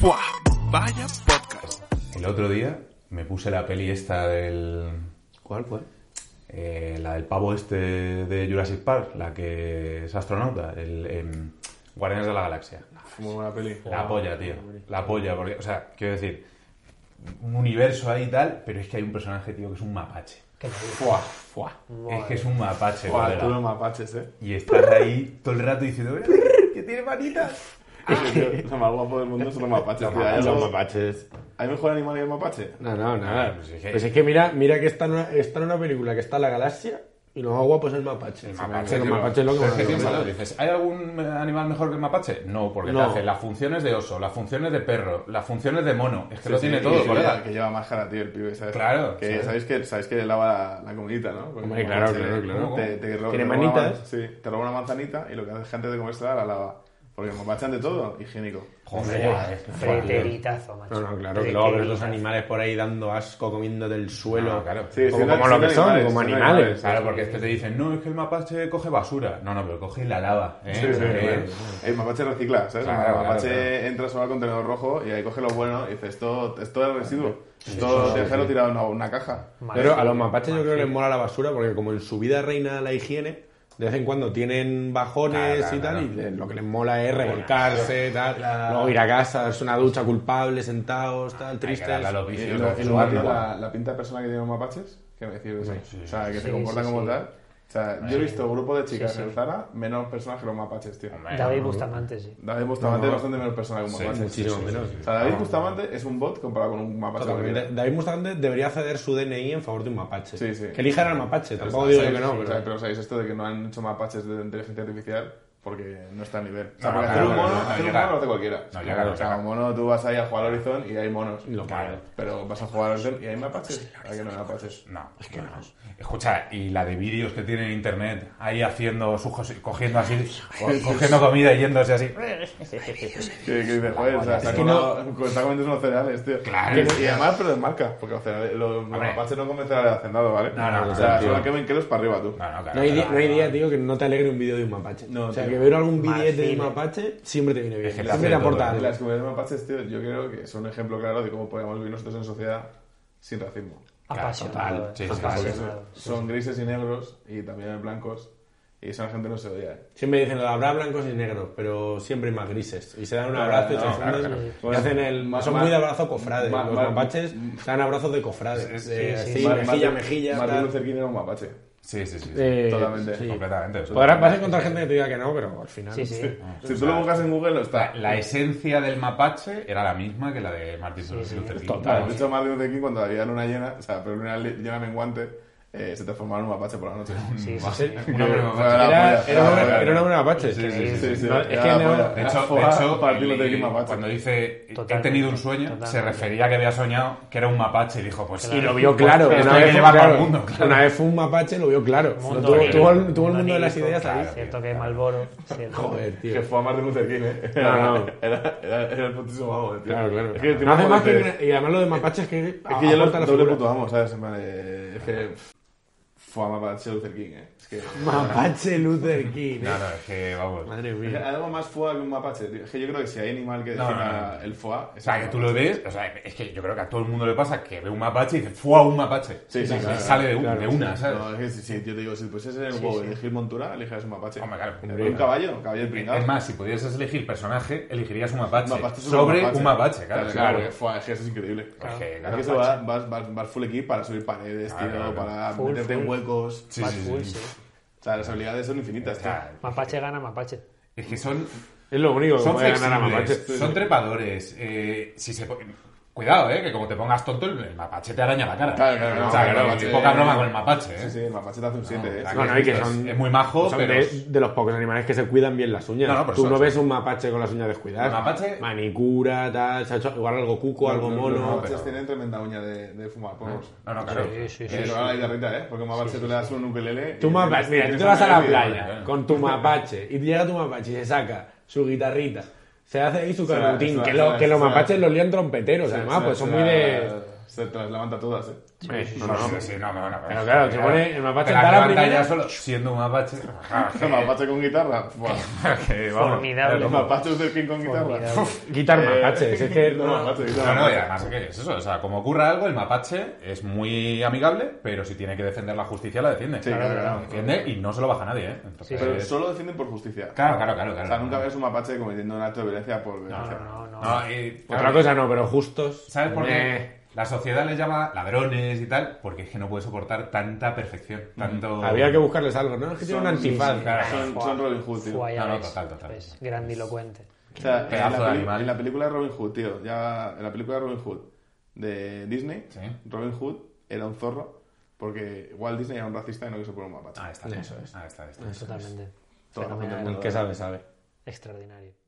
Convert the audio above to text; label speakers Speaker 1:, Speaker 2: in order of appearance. Speaker 1: ¡Fua! Vaya podcast.
Speaker 2: El otro día me puse la peli esta del...
Speaker 3: ¿Cuál, cuál?
Speaker 2: eh, la del pavo este de Jurassic Park, la que es astronauta, el... em, Guardianes de la Galaxia.
Speaker 3: Muy buena peli.
Speaker 2: La polla, tío. La polla, porque, o sea, quiero decir, un universo ahí y tal, pero es que hay un personaje, tío, que es un mapache. Fuá, fuá. Es que es un mapache,
Speaker 3: Buah,
Speaker 2: colega.
Speaker 3: tú los mapaches, eh.
Speaker 2: Y estás ahí todo el rato diciendo, "Mira, que tiene manitas.
Speaker 4: Ah,
Speaker 3: Tío, Lo más guapo del mundo son los mapaches. tío. Hay
Speaker 4: Los
Speaker 3: algo-
Speaker 4: mapaches.
Speaker 3: ¿Hay mejor animal que el mapache?
Speaker 4: No, no,
Speaker 2: Ah,
Speaker 4: nada.
Speaker 2: pues
Speaker 4: Pues
Speaker 2: es
Speaker 4: es
Speaker 2: que-
Speaker 4: que, mira, mira que está en, una, está en una película que está la galaxia y lo más guapo es el mapache.
Speaker 2: El
Speaker 4: Se me
Speaker 2: mapache,
Speaker 4: hace que el
Speaker 2: tío.
Speaker 4: mapache es lo que
Speaker 2: Pero
Speaker 4: más
Speaker 2: es que
Speaker 4: me gusta.
Speaker 2: piénsalo, dices, ¿hay algún animal mejor que el mapache? No, porque te
Speaker 4: No.
Speaker 2: hace las funciones de oso, las funciones de perro, las funciones de mono. Es que lo
Speaker 3: Sí,
Speaker 2: tiene
Speaker 3: sí,
Speaker 2: todo,
Speaker 3: que
Speaker 2: colega.
Speaker 3: lleva- Que lleva máscara, tío, el pibe, ¿sabes?
Speaker 2: Claro,
Speaker 3: Que
Speaker 2: ¿sabes?
Speaker 3: sabéis que, sabéis que lava la, la comidita, ¿no? Porque
Speaker 4: Hombre,
Speaker 3: el
Speaker 4: claro,
Speaker 3: mapache
Speaker 4: claro, claro.
Speaker 3: Te, te ro- te roba
Speaker 4: Tiene
Speaker 3: una
Speaker 4: manitas.
Speaker 3: man- sí, te roba una manzanita y lo que hace gente de comérsela la lava. Porque el mapache ante todo, higiénico.
Speaker 2: Joder, es que-
Speaker 5: Preteritazo, macho.
Speaker 4: No, no, claro, que luego ves los animales por ahí dando asco, comiendo del suelo.
Speaker 2: No, claro.
Speaker 3: Sí,
Speaker 4: como,
Speaker 3: siendo-
Speaker 4: como lo que
Speaker 3: siendo
Speaker 4: son,
Speaker 3: animales,
Speaker 4: como
Speaker 3: siendo
Speaker 4: animales.
Speaker 3: animales.
Speaker 2: Claro, porque es que te dicen, no, es que el mapache coge basura. No, no, pero coge la lava. ¿eh?
Speaker 3: Sí, sí,
Speaker 2: Eh,
Speaker 3: claro. El mapache recicla, ¿sabes?
Speaker 2: Claro,
Speaker 3: el
Speaker 2: claro,
Speaker 3: mapache
Speaker 2: claro.
Speaker 3: entra solo al contenedor rojo y ahí coge lo bueno y dice, esto, esto es residuo. Esto te dejarlo tirado en una, una caja.
Speaker 4: Pero a los mapaches yo creo que les mola la basura porque como en su vida reina la higiene, de vez en cuando tienen bajones
Speaker 2: Claro,
Speaker 4: y
Speaker 2: claro,
Speaker 4: tal,
Speaker 2: claro.
Speaker 4: y le- lo que les mola es revolcarse, tal, luego ir a casa, darse una ducha culpable, sentados, tal,
Speaker 2: Hay que
Speaker 4: tristes.
Speaker 2: darle a los
Speaker 3: Y,
Speaker 2: vicios,
Speaker 3: y
Speaker 2: ¿no?
Speaker 3: lo- y
Speaker 2: Su
Speaker 3: luego, tío,
Speaker 2: ánimo.
Speaker 3: eh, la, la pinta de persona que tienen los mapaches, que me decís, o sea, que se comportan
Speaker 5: sí,
Speaker 3: como
Speaker 5: sí.
Speaker 3: tal. O sea, yo he visto grupos de chicas
Speaker 5: Sí, sí.
Speaker 3: en Zara menos personas que los mapaches, tío.
Speaker 2: Hombre,
Speaker 5: David Bustamante, sí.
Speaker 3: David Bustamante es bastante menos persona que un
Speaker 2: Sí,
Speaker 3: mapache.
Speaker 4: muchísimo
Speaker 3: Sí, sí,
Speaker 4: menos.
Speaker 3: sí. O sea, David Bustamante es un bot comparado con un mapache.
Speaker 4: Totalmente. David Mustante debería ceder su DNI en favor de un mapache.
Speaker 3: Sí, sí.
Speaker 4: Que elijan al mapache, tampoco
Speaker 3: O
Speaker 4: digo
Speaker 3: sea,
Speaker 4: yo que no,
Speaker 3: o sea,
Speaker 4: pero...
Speaker 3: pero sabéis esto de que no han hecho mapaches de inteligencia artificial porque no está al nivel. O sea,
Speaker 2: No,
Speaker 3: porque
Speaker 2: no,
Speaker 3: hacer
Speaker 2: no,
Speaker 3: un
Speaker 2: no,
Speaker 3: mono,
Speaker 2: no,
Speaker 3: hacer un
Speaker 2: llega.
Speaker 3: mono lo hace cualquiera.
Speaker 2: No, llega, no
Speaker 3: o sea,
Speaker 2: llega.
Speaker 3: un mono tú vas ahí a jugar al Horizon y hay monos.
Speaker 4: Lo pago.
Speaker 3: Pero vas a jugar al Horizon y hay mapaches. Hay que no hay mapaches.
Speaker 2: No, es que no. Escucha, y la de vídeos que tienen en internet, ahí haciendo sus cosas- cogiendo así, co- cogiendo comida y yéndose así.
Speaker 3: Que, que dices, joder, o sea, está, colado- está comiendo unos cereales, tío.
Speaker 2: Claro.
Speaker 3: Que- y además, pero de marca, porque los, cereales, los, los
Speaker 2: Hombre.
Speaker 3: mapaches no comen cereales hacendado, ¿vale?
Speaker 2: No, no, no,
Speaker 3: O sea,
Speaker 2: tío.
Speaker 3: solo que kilos para arriba, tú.
Speaker 2: No, no, claro,
Speaker 4: No hay, día,
Speaker 2: claro,
Speaker 4: no hay
Speaker 2: claro.
Speaker 4: día, tío, que no te alegre un vídeo de un mapache.
Speaker 3: No,
Speaker 4: o sea,
Speaker 3: tío.
Speaker 4: que ver algún billete de
Speaker 5: Marfil.
Speaker 4: un mapache siempre te viene bien.
Speaker 2: Es que te hace
Speaker 4: siempre te
Speaker 2: de todo,
Speaker 4: aporta
Speaker 2: ¿eh?
Speaker 4: algo.
Speaker 3: Las comunidades de mapaches, tío, yo creo que son un ejemplo claro de cómo podemos vivir nosotros en sociedad sin racismo.
Speaker 5: Apasionado.
Speaker 2: total, sí,
Speaker 5: eh.
Speaker 2: sí, sí.
Speaker 3: Porque son-
Speaker 5: Apasionado.
Speaker 3: son grises y negros y también blancos y esa gente no se odia. ¿eh?
Speaker 4: Siempre dicen, lo habrá blancos y negros, pero siempre hay más grises. Y se dan un
Speaker 3: Claro,
Speaker 4: abrazo y se
Speaker 3: no,
Speaker 4: funden.
Speaker 3: claro, claro.
Speaker 4: Y
Speaker 3: Bueno,
Speaker 4: hacen el,
Speaker 3: ma-
Speaker 4: son
Speaker 3: ma-
Speaker 4: muy de abrazo cofrades.
Speaker 3: ma-
Speaker 4: Los
Speaker 3: ma-
Speaker 4: mapaches se dan abrazos de cofrades. de
Speaker 5: sí,
Speaker 4: así,
Speaker 5: sí.
Speaker 3: Ma-
Speaker 4: mejilla,
Speaker 3: Martin-
Speaker 4: mejilla.
Speaker 3: Martin
Speaker 4: tal.
Speaker 3: Luther King era un mapache.
Speaker 2: Sí, sí, sí. sí.
Speaker 4: Eh,
Speaker 3: Totalmente.
Speaker 4: sí.
Speaker 2: Completamente.
Speaker 4: Podrás, vas a encontrar gente que te diga que no, pero al final.
Speaker 5: Sí, sí.
Speaker 3: Si tú lo buscas en Google, no está.
Speaker 2: La, la esencia del mapache era la misma que la de Martin Luther King.
Speaker 3: Claro, de hecho, Martin Luther King, cuando había luna llena, o sea, pero luna li- llena menguante, eh, se transformaba en un mapache por la noche.
Speaker 5: Sí, sí,
Speaker 2: Buah,
Speaker 5: sí.
Speaker 2: una broma
Speaker 3: Era-
Speaker 2: mapache.
Speaker 4: Era, era,
Speaker 3: Ah,
Speaker 4: un-
Speaker 3: bueno.
Speaker 4: era un hombre mapache.
Speaker 2: Sí, sí,
Speaker 3: Sí, sí, sí.
Speaker 4: No, es
Speaker 3: era
Speaker 4: que
Speaker 3: la
Speaker 4: no-
Speaker 3: polla.
Speaker 2: De
Speaker 3: Era
Speaker 2: hecho, de
Speaker 3: fogar
Speaker 2: hecho,
Speaker 3: Martin
Speaker 2: el-
Speaker 3: Luther King mapache.
Speaker 2: cuando dice he
Speaker 5: Totalmente,
Speaker 2: tenido un sueño, se
Speaker 5: totalmente.
Speaker 2: refería a que había soñado que era un mapache y dijo, pues
Speaker 4: Y lo
Speaker 2: pues,
Speaker 4: vio claro.
Speaker 2: esto
Speaker 4: Una
Speaker 2: hay
Speaker 4: vez,
Speaker 2: que
Speaker 4: fue,
Speaker 2: llevarlo
Speaker 4: claro,
Speaker 2: al mundo. claro.
Speaker 4: una vez fue un mapache, lo vio claro. Lo
Speaker 5: Mundo
Speaker 4: tuvo,
Speaker 5: onírico,
Speaker 4: tuvo el, tuvo el mundo de
Speaker 5: onírico,
Speaker 4: las ideas ahí.
Speaker 2: claro.
Speaker 5: Cierto que Malboro. Cierto.
Speaker 4: Joder, tío.
Speaker 3: Que fue a Martin Luther King, ¿eh?
Speaker 4: No, no.
Speaker 3: Era, era, era el putísimo amo, tío.
Speaker 4: Claro, claro.
Speaker 3: Es que,
Speaker 4: no hace más
Speaker 3: dices,
Speaker 4: que. Y además lo de mapache es que.
Speaker 3: Es que yo lo
Speaker 4: aporta la
Speaker 3: doble
Speaker 4: figura.
Speaker 3: puto amo, ¿sabes? En plan, eh, Es que... pff, Fue a mapache Luther King, ¿eh? Es que...
Speaker 4: Mapache Luther King. eh.
Speaker 2: No, no, es que vamos.
Speaker 4: Madre
Speaker 3: Es que
Speaker 4: mía.
Speaker 3: Algo más foa que un mapache, tío. Es que yo creo que si hay animal que
Speaker 2: No,
Speaker 3: defina
Speaker 2: no, no.
Speaker 3: el foa...
Speaker 2: O sea, que tú lo ves, o sea, es que yo creo que a todo el mundo le pasa que ve un mapache y dice, ¡fua, un mapache!
Speaker 3: Sí, sí,
Speaker 2: O sea,
Speaker 3: claro,
Speaker 2: sale de, un-
Speaker 4: claro,
Speaker 2: de una, ¿sabes?
Speaker 3: No, es que si, si yo te digo, si pusieses en el juego elegir montura, elegirás un mapache.
Speaker 2: Hombre, claro.
Speaker 3: Pero
Speaker 2: Hombre,
Speaker 3: un
Speaker 2: claro.
Speaker 3: caballo, un caballo pringado.
Speaker 2: Es más, si pudieses elegir personaje, elegirías un mapache.
Speaker 3: Mapache es
Speaker 2: sobre un mapache, claro.
Speaker 3: Claro,
Speaker 2: claro.
Speaker 3: porque, fua, es que eso es increíble.
Speaker 2: Es que,
Speaker 3: Es
Speaker 2: claro,
Speaker 3: que eso va, vas, vas, vas full equip para subir paredes,
Speaker 2: Claro,
Speaker 3: tío,
Speaker 2: claro.
Speaker 3: para
Speaker 5: Full,
Speaker 3: meterte en
Speaker 5: full.
Speaker 3: huecos.
Speaker 2: Sí,
Speaker 5: Más
Speaker 2: sí, sí.
Speaker 5: full, sí.
Speaker 3: O sea, las habilidades son infinitas,
Speaker 2: o
Speaker 3: tío.
Speaker 2: sea,
Speaker 5: Mapache gana Mapache.
Speaker 2: es que son
Speaker 4: Es lo único que
Speaker 2: Son
Speaker 4: puede ganar a
Speaker 2: flexibles,
Speaker 4: mapache.
Speaker 2: son trepadores. eh, si se po- Cuidado, ¿eh? Que como te pongas tonto, el, el mapache te araña la cara.
Speaker 3: Claro, claro, claro.
Speaker 2: o sea,
Speaker 3: El
Speaker 2: claro,
Speaker 3: mapache-
Speaker 2: poca broma con el mapache, ¿eh?
Speaker 3: Sí, sí, el mapache te hace un 7, ¿eh?
Speaker 2: Claro,
Speaker 4: Bueno, y que son-
Speaker 2: es muy majo,
Speaker 4: Son
Speaker 2: pero...
Speaker 4: de, de los pocos animales que se cuidan bien las uñas.
Speaker 2: No, no, pero
Speaker 4: Tú
Speaker 2: son-
Speaker 4: no
Speaker 2: son-
Speaker 4: ves un mapache con las uñas descuidadas.
Speaker 2: Un mapache-
Speaker 4: Manicura, tal, se ha hecho igual algo cuco, algo
Speaker 3: Los-
Speaker 4: mono.
Speaker 3: Los mapaches
Speaker 2: pero-
Speaker 3: tienen tremenda uña de, de fumar porros.
Speaker 2: No, no, claro.
Speaker 5: Sí, sí, sí.
Speaker 3: Pero ahora la guitarrita, ¿eh? Porque un mapache tú le das un ukelele... y
Speaker 4: Tú
Speaker 3: tienes-
Speaker 4: mapache, mira, tú
Speaker 3: Eh, tienes
Speaker 4: te vas a la
Speaker 3: ukelele,
Speaker 4: playa
Speaker 2: ¿no?
Speaker 4: con tu mapache y llega tu mapache y se saca su guitarrita, se hace ahí su
Speaker 3: Se la- se
Speaker 4: canutín,
Speaker 3: la-
Speaker 4: que,
Speaker 3: se
Speaker 4: lo-
Speaker 3: la-
Speaker 4: que los
Speaker 3: se la-
Speaker 4: mapaches los lían trompeteros,
Speaker 3: Se-
Speaker 4: además,
Speaker 3: se-
Speaker 4: pues
Speaker 3: se
Speaker 4: son
Speaker 3: la-
Speaker 4: muy de...
Speaker 3: Se te las levanta todas, ¿eh?
Speaker 2: No, no, sí, sí, no, no, no,
Speaker 4: Pero claro, se pone- el mapache
Speaker 2: Te la
Speaker 4: da la
Speaker 2: levanta
Speaker 4: primera-
Speaker 2: ya solo, siendo un mapache.
Speaker 3: El mapache con guitarra. Buah.
Speaker 2: Que, vamos,
Speaker 5: Formidable.
Speaker 2: pero
Speaker 3: Los
Speaker 2: como-
Speaker 3: mapaches del King con guitarra.
Speaker 5: Formidable.
Speaker 4: Guitar
Speaker 3: Eh,
Speaker 4: mapaches, es que...
Speaker 3: guitar
Speaker 4: no-
Speaker 3: mapache, guitar
Speaker 2: No, no, y
Speaker 3: mapache.
Speaker 2: además que es eso, o sea, como ocurra algo, el mapache es muy amigable, pero si tiene que defender la justicia, la defiende.
Speaker 3: Sí, claro, claro.
Speaker 2: Defiende y no se lo baja nadie, ¿eh? Entonces,
Speaker 3: Pero solo defienden por justicia.
Speaker 2: Claro, claro, claro, claro.
Speaker 3: O sea, nunca ves un mapache cometiendo un acto de violencia por violencia.
Speaker 5: No, no, no.
Speaker 2: No, y-
Speaker 4: eh, Otra cosa no, pero justos...
Speaker 2: ¿Sabes por
Speaker 4: eh,
Speaker 2: qué? La sociedad les llama ladrones y tal, porque es que no puede soportar tanta perfección, tanto...
Speaker 4: Mm. Había que buscarles algo, ¿no? Es que tiene un
Speaker 3: Son-
Speaker 4: antifaz.
Speaker 3: sí,
Speaker 2: claro.
Speaker 3: Son, son Robin Hood, tío.
Speaker 5: Fue allá,
Speaker 2: No, no,
Speaker 5: ves,
Speaker 2: total, total.
Speaker 5: ves, pues, Grandilocuente.
Speaker 3: O sea, en
Speaker 2: Pedazo
Speaker 3: la,
Speaker 2: de
Speaker 3: peli-
Speaker 2: animal.
Speaker 3: en la película de Robin Hood, tío, ya en la película de Robin Hood de Disney,
Speaker 2: Sí.
Speaker 3: Robin Hood era un zorro porque Walt Disney era un racista y no quiso poner un mapache.
Speaker 2: Ah, está, eso es. Ah, está, está.
Speaker 5: Totalmente.
Speaker 3: Toda la gente
Speaker 5: Fenomenal.
Speaker 3: del mundo.
Speaker 4: El que sabe, sabe.
Speaker 5: Extraordinario.